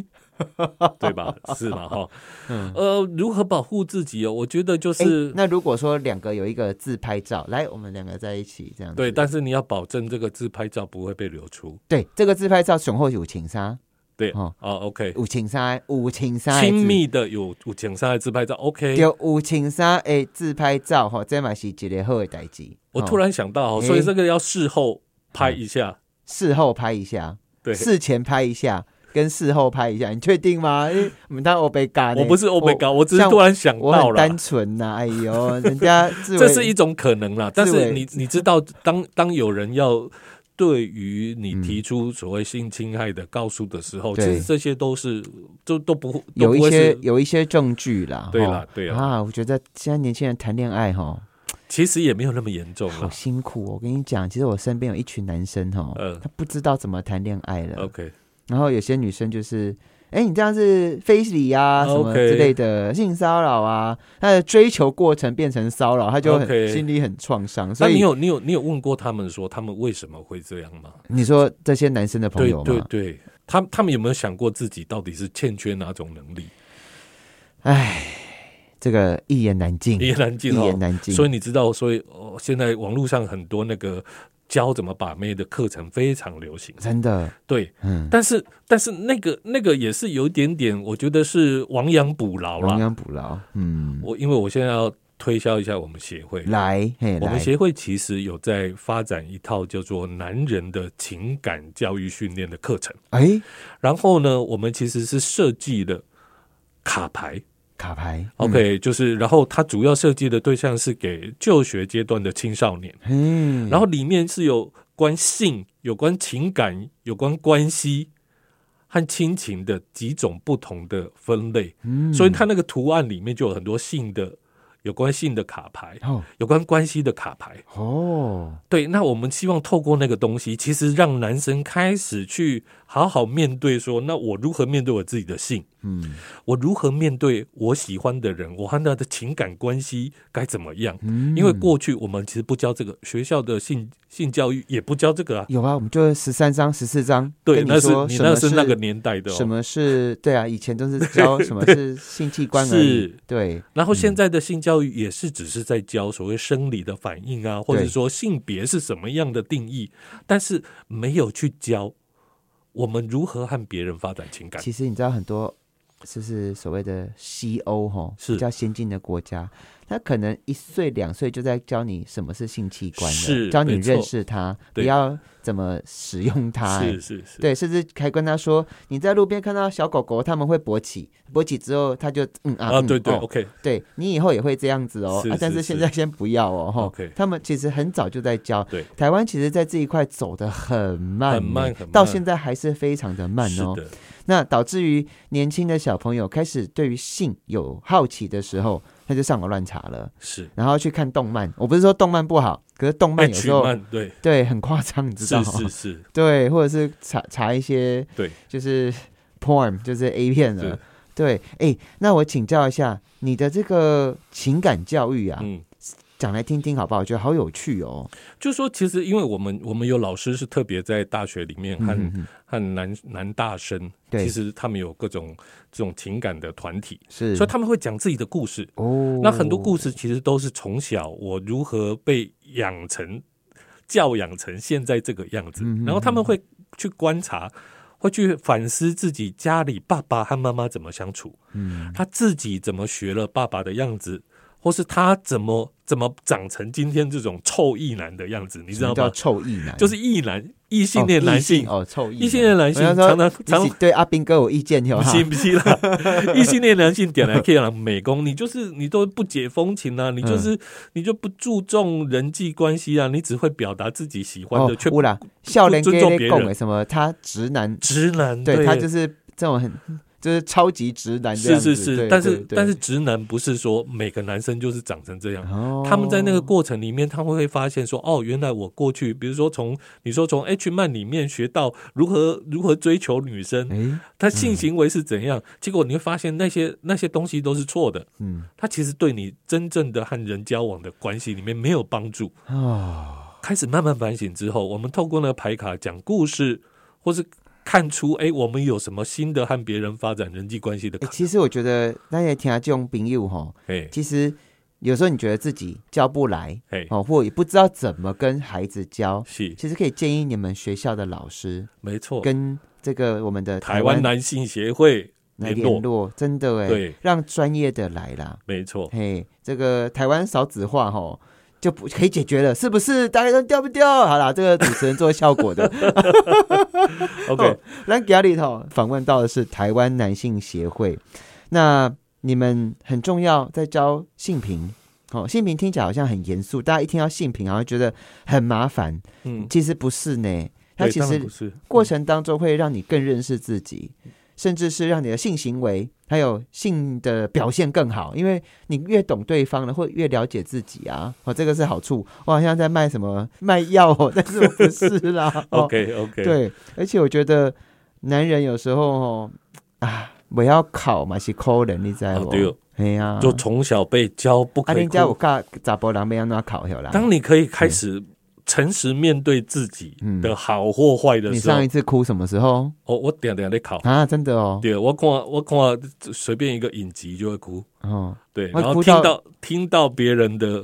Speaker 2: 对吧？是吧？哈，
Speaker 1: 嗯
Speaker 2: 呃，如何保护自己哦？我觉得就
Speaker 1: 诶
Speaker 2: 是
Speaker 1: 那如果说两个有一个自拍照，来，我们两个在一起这样子，
Speaker 2: 对，但是你要保证这个自拍照不会被流出。
Speaker 1: 对，这个自拍照雄厚有情杀，
Speaker 2: 对
Speaker 1: 哦，
Speaker 2: 哦，OK，
Speaker 1: 有情杀，有情杀，
Speaker 2: 亲密的有有请上来自拍照，OK。
Speaker 1: 有有情杀诶，自拍照吼，这嘛是一个好的代志。
Speaker 2: 我突
Speaker 1: 然
Speaker 2: 然想到哦，
Speaker 1: 诶
Speaker 2: 所以这个要事后拍
Speaker 1: 嗯
Speaker 2: 一下，
Speaker 1: 事后拍一下，
Speaker 2: 对，
Speaker 1: 事前拍一下，跟事后拍一下，你确定 吗？因哎为我们当欧贝嘎呢，
Speaker 2: 我不是欧美高，我只是
Speaker 1: 啊像
Speaker 2: 突然想
Speaker 1: 我
Speaker 2: 到
Speaker 1: 很
Speaker 2: 了
Speaker 1: 单。纯呐、哎 呦，人家自
Speaker 2: 这是一种可能啦，但
Speaker 1: 自
Speaker 2: 是
Speaker 1: 卫
Speaker 2: 你你知道，当当有人要对于你提出所谓性侵害的告诉的时候，其
Speaker 1: 嗯对
Speaker 2: 实这些都是都都不都
Speaker 1: 有
Speaker 2: 不
Speaker 1: 一
Speaker 2: 会
Speaker 1: 些
Speaker 2: 是，
Speaker 1: 有一些证据啦，
Speaker 2: 对
Speaker 1: 啦
Speaker 2: 啦，对啦，
Speaker 1: 啊，我觉得现在年轻人谈恋爱哈，
Speaker 2: 其实也没有那么严重
Speaker 1: 好
Speaker 2: 啦。
Speaker 1: 辛苦哦、我跟你讲，其实我身边有一群男生哈，
Speaker 2: 呃
Speaker 1: 他不知道怎么谈恋爱了，
Speaker 2: ，OK，
Speaker 1: 然后有些女生就是，哎，你这样是非礼啊，什么
Speaker 2: OK
Speaker 1: 之类的性骚扰啊，他的追求过程变成骚扰，他就很
Speaker 2: OK
Speaker 1: 心里很创伤。所
Speaker 2: 那
Speaker 1: 以
Speaker 2: 你有你有你有问过他们说他们为什么会这样吗？
Speaker 1: 你说这些男生的朋
Speaker 2: 对
Speaker 1: 友吗？
Speaker 2: 对对，他他们有没有想过自己到底是欠缺哪种能力？
Speaker 1: 这个一言难尽，
Speaker 2: 一言难尽
Speaker 1: 嗯一言
Speaker 2: 哦。
Speaker 1: 难尽。
Speaker 2: 所以你知道，所以哦，现在网络上很多那个教怎么把妹的课程非常流行。
Speaker 1: 真的，
Speaker 2: 对，
Speaker 1: 嗯，
Speaker 2: 但是但是那个那个也是有一点点，我觉得是亡羊补牢
Speaker 1: 亡
Speaker 2: 啦。
Speaker 1: 羊补牢，嗯，
Speaker 2: 我因为我现在要推销一下我们协会，
Speaker 1: 来，嘿，
Speaker 2: 我们
Speaker 1: 来，
Speaker 2: 协会其实有在发展一套叫做男人的情感教育训练的课程。
Speaker 1: 哎，
Speaker 2: 然后呢，我们其实是设计了卡牌。
Speaker 1: 卡牌嗯
Speaker 2: OK，、就是，然后它主要设计的对象是给就学阶段的青少年，
Speaker 1: 嗯，
Speaker 2: 然后里面是有关性、有关情感、有关关系和亲情的几种不同的分类，
Speaker 1: 嗯
Speaker 2: 所以它那个图案里面就有很多性的、有关性的卡牌，
Speaker 1: 哦
Speaker 2: 有关关系的卡牌。
Speaker 1: 哦，
Speaker 2: 对，那我们希望透过那个东西，其实让男生开始去好好面对说，那我如何面对我自己的性。
Speaker 1: 嗯
Speaker 2: 我如何面对我喜欢的人，我和他的情感关系该怎么样？
Speaker 1: 嗯
Speaker 2: 因为过去我们其实不教这个，学校的性性教育也不教这个啊。
Speaker 1: 有啊，我们就十三章、十四章，
Speaker 2: 对，
Speaker 1: 跟
Speaker 2: 那是
Speaker 1: 说
Speaker 2: 你
Speaker 1: 什
Speaker 2: 那
Speaker 1: 么
Speaker 2: 是那个年代的、
Speaker 1: 什
Speaker 2: 哦。
Speaker 1: 么是对啊，以前都是教什么 是性器官而已
Speaker 2: 是，
Speaker 1: 对，
Speaker 2: 然后现在的性教育也是只是在教所谓生理的反应啊，或者说性别是什么样的定义，但是没有去教我们如何和别人发展情感。
Speaker 1: 其实你知道很多就是所谓的西欧哈，
Speaker 2: 是
Speaker 1: 比较先进的国家，他可能一岁两岁就在教你什么是性器官
Speaker 2: 是
Speaker 1: 了，教你
Speaker 2: 没错
Speaker 1: 认识它，不
Speaker 2: 对
Speaker 1: 要怎么使用它、哎
Speaker 2: 是是是，
Speaker 1: 对，甚至还跟他说，你在路边看到小狗狗，他们会勃起，勃起之后他就嗯啊
Speaker 2: 啊，
Speaker 1: 嗯
Speaker 2: 对对
Speaker 1: 哦
Speaker 2: ，OK，
Speaker 1: 对你以后也会这样子哦，
Speaker 2: 是
Speaker 1: 啊、但
Speaker 2: 是
Speaker 1: 是现
Speaker 2: 是
Speaker 1: 在先不要哦，哈、
Speaker 2: OK
Speaker 1: 他们其实很早就在教，
Speaker 2: 对
Speaker 1: 台湾其实在这一块走的很慢，
Speaker 2: 很慢很慢
Speaker 1: 到现在还是非常的慢
Speaker 2: 是
Speaker 1: 哦。
Speaker 2: 的，
Speaker 1: 那导致于年轻的小朋友开始对于性有好奇的时候，他就上网乱查了，
Speaker 2: 是。
Speaker 1: 然后去看动漫。我不是说动漫不好，可是动漫有
Speaker 2: 哎取
Speaker 1: 时候
Speaker 2: 慢，对，
Speaker 1: 对很夸张，你知道
Speaker 2: 是
Speaker 1: 吗？
Speaker 2: 是是，
Speaker 1: 对，或者是查查一些
Speaker 2: 对，
Speaker 1: 就是 porn，就是 A 片了
Speaker 2: 是。
Speaker 1: 对，哎，那我请教一下你的这个情感教育啊，
Speaker 2: 嗯。
Speaker 1: 讲来听听好不好？我觉得好有趣哦。
Speaker 2: 就说其实，因为我们我们有老师是特别在大学里面和、
Speaker 1: 嗯嗯嗯
Speaker 2: 和男男大生，
Speaker 1: 对
Speaker 2: 其实他们有各种这种情感的团体，
Speaker 1: 是，
Speaker 2: 所以他们会讲自己的故事。
Speaker 1: 哦，
Speaker 2: 那很多故事其实都是从小我如何被养成、教养成现在这个样子，
Speaker 1: 嗯嗯嗯
Speaker 2: 然后他们会去观察。会去反思自己家里爸爸和妈妈怎么相处，
Speaker 1: 嗯，
Speaker 2: 他自己怎么学了爸爸的样子，或是他怎么怎么长成今天这种臭意男的样子，你知道
Speaker 1: 叫
Speaker 2: 吗？
Speaker 1: 臭意男，
Speaker 2: 就是异男异性恋男性，
Speaker 1: 哦，臭意
Speaker 2: 异性恋男性
Speaker 1: 我想说
Speaker 2: 常常常
Speaker 1: 你是对阿斌哥有意见哟
Speaker 2: 不
Speaker 1: 哈，
Speaker 2: 是不是 啦，异性恋男性点来可以让美工，你就是你都不解风情啊，你就是、
Speaker 1: 嗯
Speaker 2: 你就不注重人际关系啊，你只会表达自己喜欢的，却、
Speaker 1: 哦有啦，笑脸
Speaker 2: 尊重别
Speaker 1: 给
Speaker 2: 人嗯
Speaker 1: 供的什么，他直男，
Speaker 2: 直男
Speaker 1: 对他就是是这种很就是超级直男这
Speaker 2: 是
Speaker 1: 样子，
Speaker 2: 是是，
Speaker 1: 对
Speaker 2: 但是
Speaker 1: 对对
Speaker 2: 但是直男不是说每个男生就是长成这样。
Speaker 1: 哦
Speaker 2: 他们在那个过程里面，他们会发现说，哦，原来我过去，比如说从你说从 H 漫里面学到如何如何追求女生，
Speaker 1: 哎
Speaker 2: 她性行为是怎样，结果你会发现那些那些东西都是错的。
Speaker 1: 嗯
Speaker 2: 它其实对你真正的和人交往的关系里面没有帮助。
Speaker 1: 哦
Speaker 2: 开始慢慢反省之后，我们透过那个牌卡讲故事，或是看出哎，诶我们有什么新的和别人发展人际关系的
Speaker 1: 哎
Speaker 2: 可
Speaker 1: 其实我觉得那些听这种朋友吼，
Speaker 2: 哎
Speaker 1: 其实有时候你觉得自己教不来
Speaker 2: 哎
Speaker 1: 哦，或也不知道怎么跟孩子教，
Speaker 2: 是
Speaker 1: 其实可以建议你们学校的老师
Speaker 2: 没错。
Speaker 1: 跟这个我们的
Speaker 2: 台湾男性协会
Speaker 1: 来
Speaker 2: 联络
Speaker 1: 联络，真的哎，
Speaker 2: 对，哦
Speaker 1: 让专业的来啦。
Speaker 2: 没错，
Speaker 1: 嘿，这个台湾少子化吼。就不可以解决了，是不是？大家都掉不掉？好啦，这个主持人做效果的。哦
Speaker 2: OK，
Speaker 1: 那家里头访问到的是台湾男性协会，那你们很重要，在教性平。哦，性平听起来好像很严肃，大家一听到性平，好像觉得很麻烦。
Speaker 2: 嗯，
Speaker 1: 其实不是呢，它
Speaker 2: 对
Speaker 1: 其
Speaker 2: 当然
Speaker 1: 实
Speaker 2: 不是嗯
Speaker 1: 过程当中会让你更认识自己，甚至是让你的性行为还有性的表现更好，因为你越懂对方了，会越了解自己啊。哦，这个是好处。我好像在卖什么卖药 哦，但是我不是啦。哦
Speaker 2: OK OK，，
Speaker 1: 对，而且我觉得男人有时候哦啊，我要考嘛是抠人，你知道
Speaker 2: 哦
Speaker 1: 不？
Speaker 2: 对哦，
Speaker 1: 哎呀，
Speaker 2: 就从小被教不
Speaker 1: 啊，
Speaker 2: 可以
Speaker 1: 人家有
Speaker 2: 哭。
Speaker 1: 教查甫人要安怎考好啦？
Speaker 2: 当你可以开始诚实面对自己的好或坏的
Speaker 1: 嗯你
Speaker 2: 时候
Speaker 1: 上一，次哭什么时候
Speaker 2: 哦，我点点在考。
Speaker 1: 啊？真的哦，
Speaker 2: 对，我看我看随便一个影集就会哭，
Speaker 1: 哦
Speaker 2: 对，
Speaker 1: 我
Speaker 2: 然后
Speaker 1: 哭
Speaker 2: 听
Speaker 1: 到
Speaker 2: 到听到别人的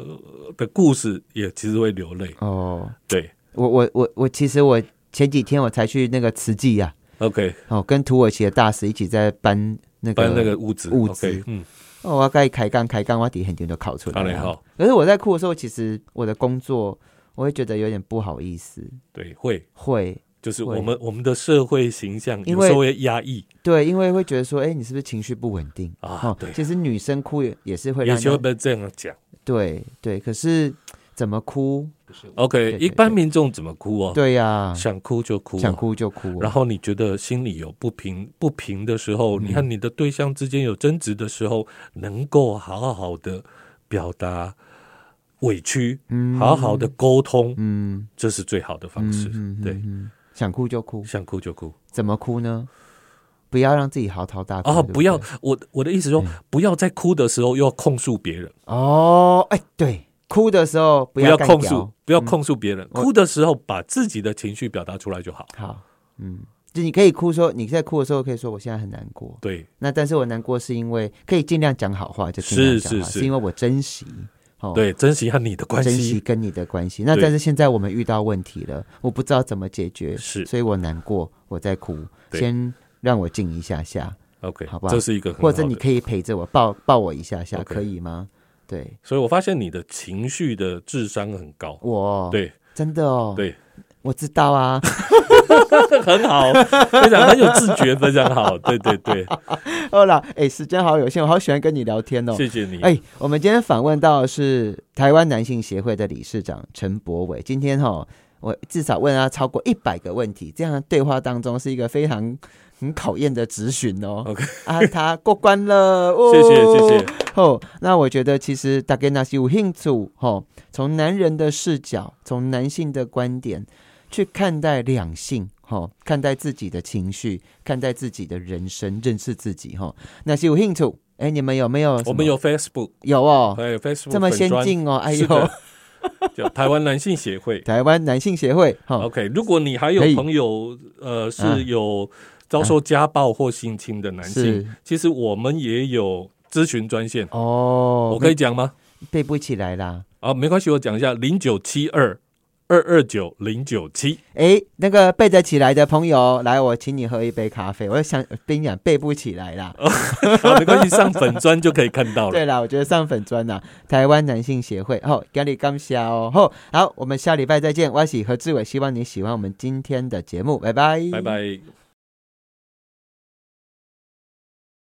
Speaker 2: 的故事，也其实会流泪。
Speaker 1: 哦，
Speaker 2: 对
Speaker 1: 我我我我，其实我前几天我才去那个慈济呀、
Speaker 2: ，OK，
Speaker 1: 哦，跟土耳其的大使一起在搬那个
Speaker 2: 搬那个物质，
Speaker 1: 物
Speaker 2: o k
Speaker 1: 资
Speaker 2: 嗯，
Speaker 1: 哦，我该开杠开杠，我底很久都考出来
Speaker 2: 当然
Speaker 1: 了。
Speaker 2: 好，
Speaker 1: 可是我在哭的时候，其实我的工作我会觉得有点不好意思，
Speaker 2: 对，会
Speaker 1: 会
Speaker 2: 就是
Speaker 1: 会
Speaker 2: 我们我们的社会形象
Speaker 1: 因
Speaker 2: 有
Speaker 1: 为
Speaker 2: 时候会压抑
Speaker 1: 对，因为会觉得说，哎、你是不是情绪不稳定？
Speaker 2: 啊，对，
Speaker 1: 其实女生哭也也是会让
Speaker 2: 也
Speaker 1: 人
Speaker 2: 就会
Speaker 1: 家
Speaker 2: 被这样讲。
Speaker 1: 对对，可是怎么哭？对
Speaker 2: OK，一般民众怎么哭哦？
Speaker 1: 对呀、
Speaker 2: 想哭就哭哦，
Speaker 1: 想哭就哭、啊
Speaker 2: 然后你觉得心里有不平不平的时
Speaker 1: 嗯
Speaker 2: 候，你和你的对象之间有争执的时候，能够好好的表达委屈，
Speaker 1: 嗯
Speaker 2: 好好的沟通，
Speaker 1: 嗯，
Speaker 2: 这是最好的方式。
Speaker 1: 嗯
Speaker 2: 对，
Speaker 1: 嗯想哭就哭，
Speaker 2: 想哭就哭
Speaker 1: 怎么哭呢？不要让自己嚎啕大哭嗯
Speaker 2: 啊！
Speaker 1: 对
Speaker 2: 不要
Speaker 1: 对
Speaker 2: 我我的意思说，不要在哭的时候又要控诉别人，
Speaker 1: 哦，哎、对，哭的时候不
Speaker 2: 不要
Speaker 1: 干
Speaker 2: 控
Speaker 1: 掉嗯
Speaker 2: 诉，不要控诉别人，
Speaker 1: 我
Speaker 2: 哭的时候把自己的情绪表达出来就好。
Speaker 1: 好，嗯，就你可以哭说你在哭的时候可以说我现在很难过，
Speaker 2: 对，
Speaker 1: 那但是我难过是因为可以尽量讲好话，就尽量
Speaker 2: 是
Speaker 1: 讲好，
Speaker 2: 是是
Speaker 1: 因为我珍惜，哦，
Speaker 2: 对，珍惜和你的关
Speaker 1: 珍惜
Speaker 2: 系，
Speaker 1: 跟你的关系。那
Speaker 2: 对
Speaker 1: 但是现在我们遇到问题了，我不知道怎么解决，
Speaker 2: 是
Speaker 1: 所以我难过，我在哭，
Speaker 2: 对
Speaker 1: 先让我静一下下，
Speaker 2: OK，
Speaker 1: 好吧
Speaker 2: 这是一个很好
Speaker 1: 或
Speaker 2: 的
Speaker 1: 者你可以陪着我抱抱我一下下，
Speaker 2: OK
Speaker 1: 可以吗？对
Speaker 2: 所以我发现你的情绪的智商很高。
Speaker 1: 我，，
Speaker 2: 对
Speaker 1: 真的哦，
Speaker 2: 对，
Speaker 1: 我知道啊，
Speaker 2: 很好， 非常很有自觉，非常 好。对对对，
Speaker 1: 好啦，哎，时间好有限，我好喜欢跟你聊天哦。
Speaker 2: 谢谢你。
Speaker 1: 哎，我们今天访问到的是台湾男性协会的理事长陈博伟。今天哈、我至少问他超过一百个问题，这样的对话当中是一个非常很考验的质询哦。
Speaker 2: OK
Speaker 1: 啊，他过关了，哦、
Speaker 2: 谢谢谢谢。
Speaker 1: 哦，那我觉得其实大概那些有兴趣哦，从男人的视角，从男性的观点去看待两性。哦，看待自己的情绪，看待自己的人生，认识自己。哈、哦，那些有兴趣，哎，你们有没有什么？
Speaker 2: 我们有 Facebook，
Speaker 1: 有哦，
Speaker 2: 还有 Facebook
Speaker 1: 这么先
Speaker 2: 粉专，
Speaker 1: 进 哦，哎
Speaker 2: 是
Speaker 1: 呦，。
Speaker 2: 的叫台湾男性协会
Speaker 1: 台湾男性协会哈，
Speaker 2: OK，如果你还有
Speaker 1: 可以
Speaker 2: 朋友呃
Speaker 1: 啊
Speaker 2: 是有遭受家暴或性侵的男性
Speaker 1: 是，
Speaker 2: 其实我们也有咨询专线，
Speaker 1: 哦，
Speaker 2: 我可以讲吗？
Speaker 1: 背不起来啦，
Speaker 2: 啊，没关系，我讲一下零九七二二二九零九七。
Speaker 1: 哎，那个背得起来的朋友，来，我请你喝一杯咖啡。我想跟你讲，背不起来啦。
Speaker 2: 好，没关系，上粉砖就可以看到 了。
Speaker 1: 对啦，我觉得上粉砖呐、啊台湾男性协会。吼、哦，咖喱感谢哦。吼、好，我们下礼拜再见。我是何志伟，希望你喜欢我们今天的节目，拜拜，
Speaker 2: 拜。拜。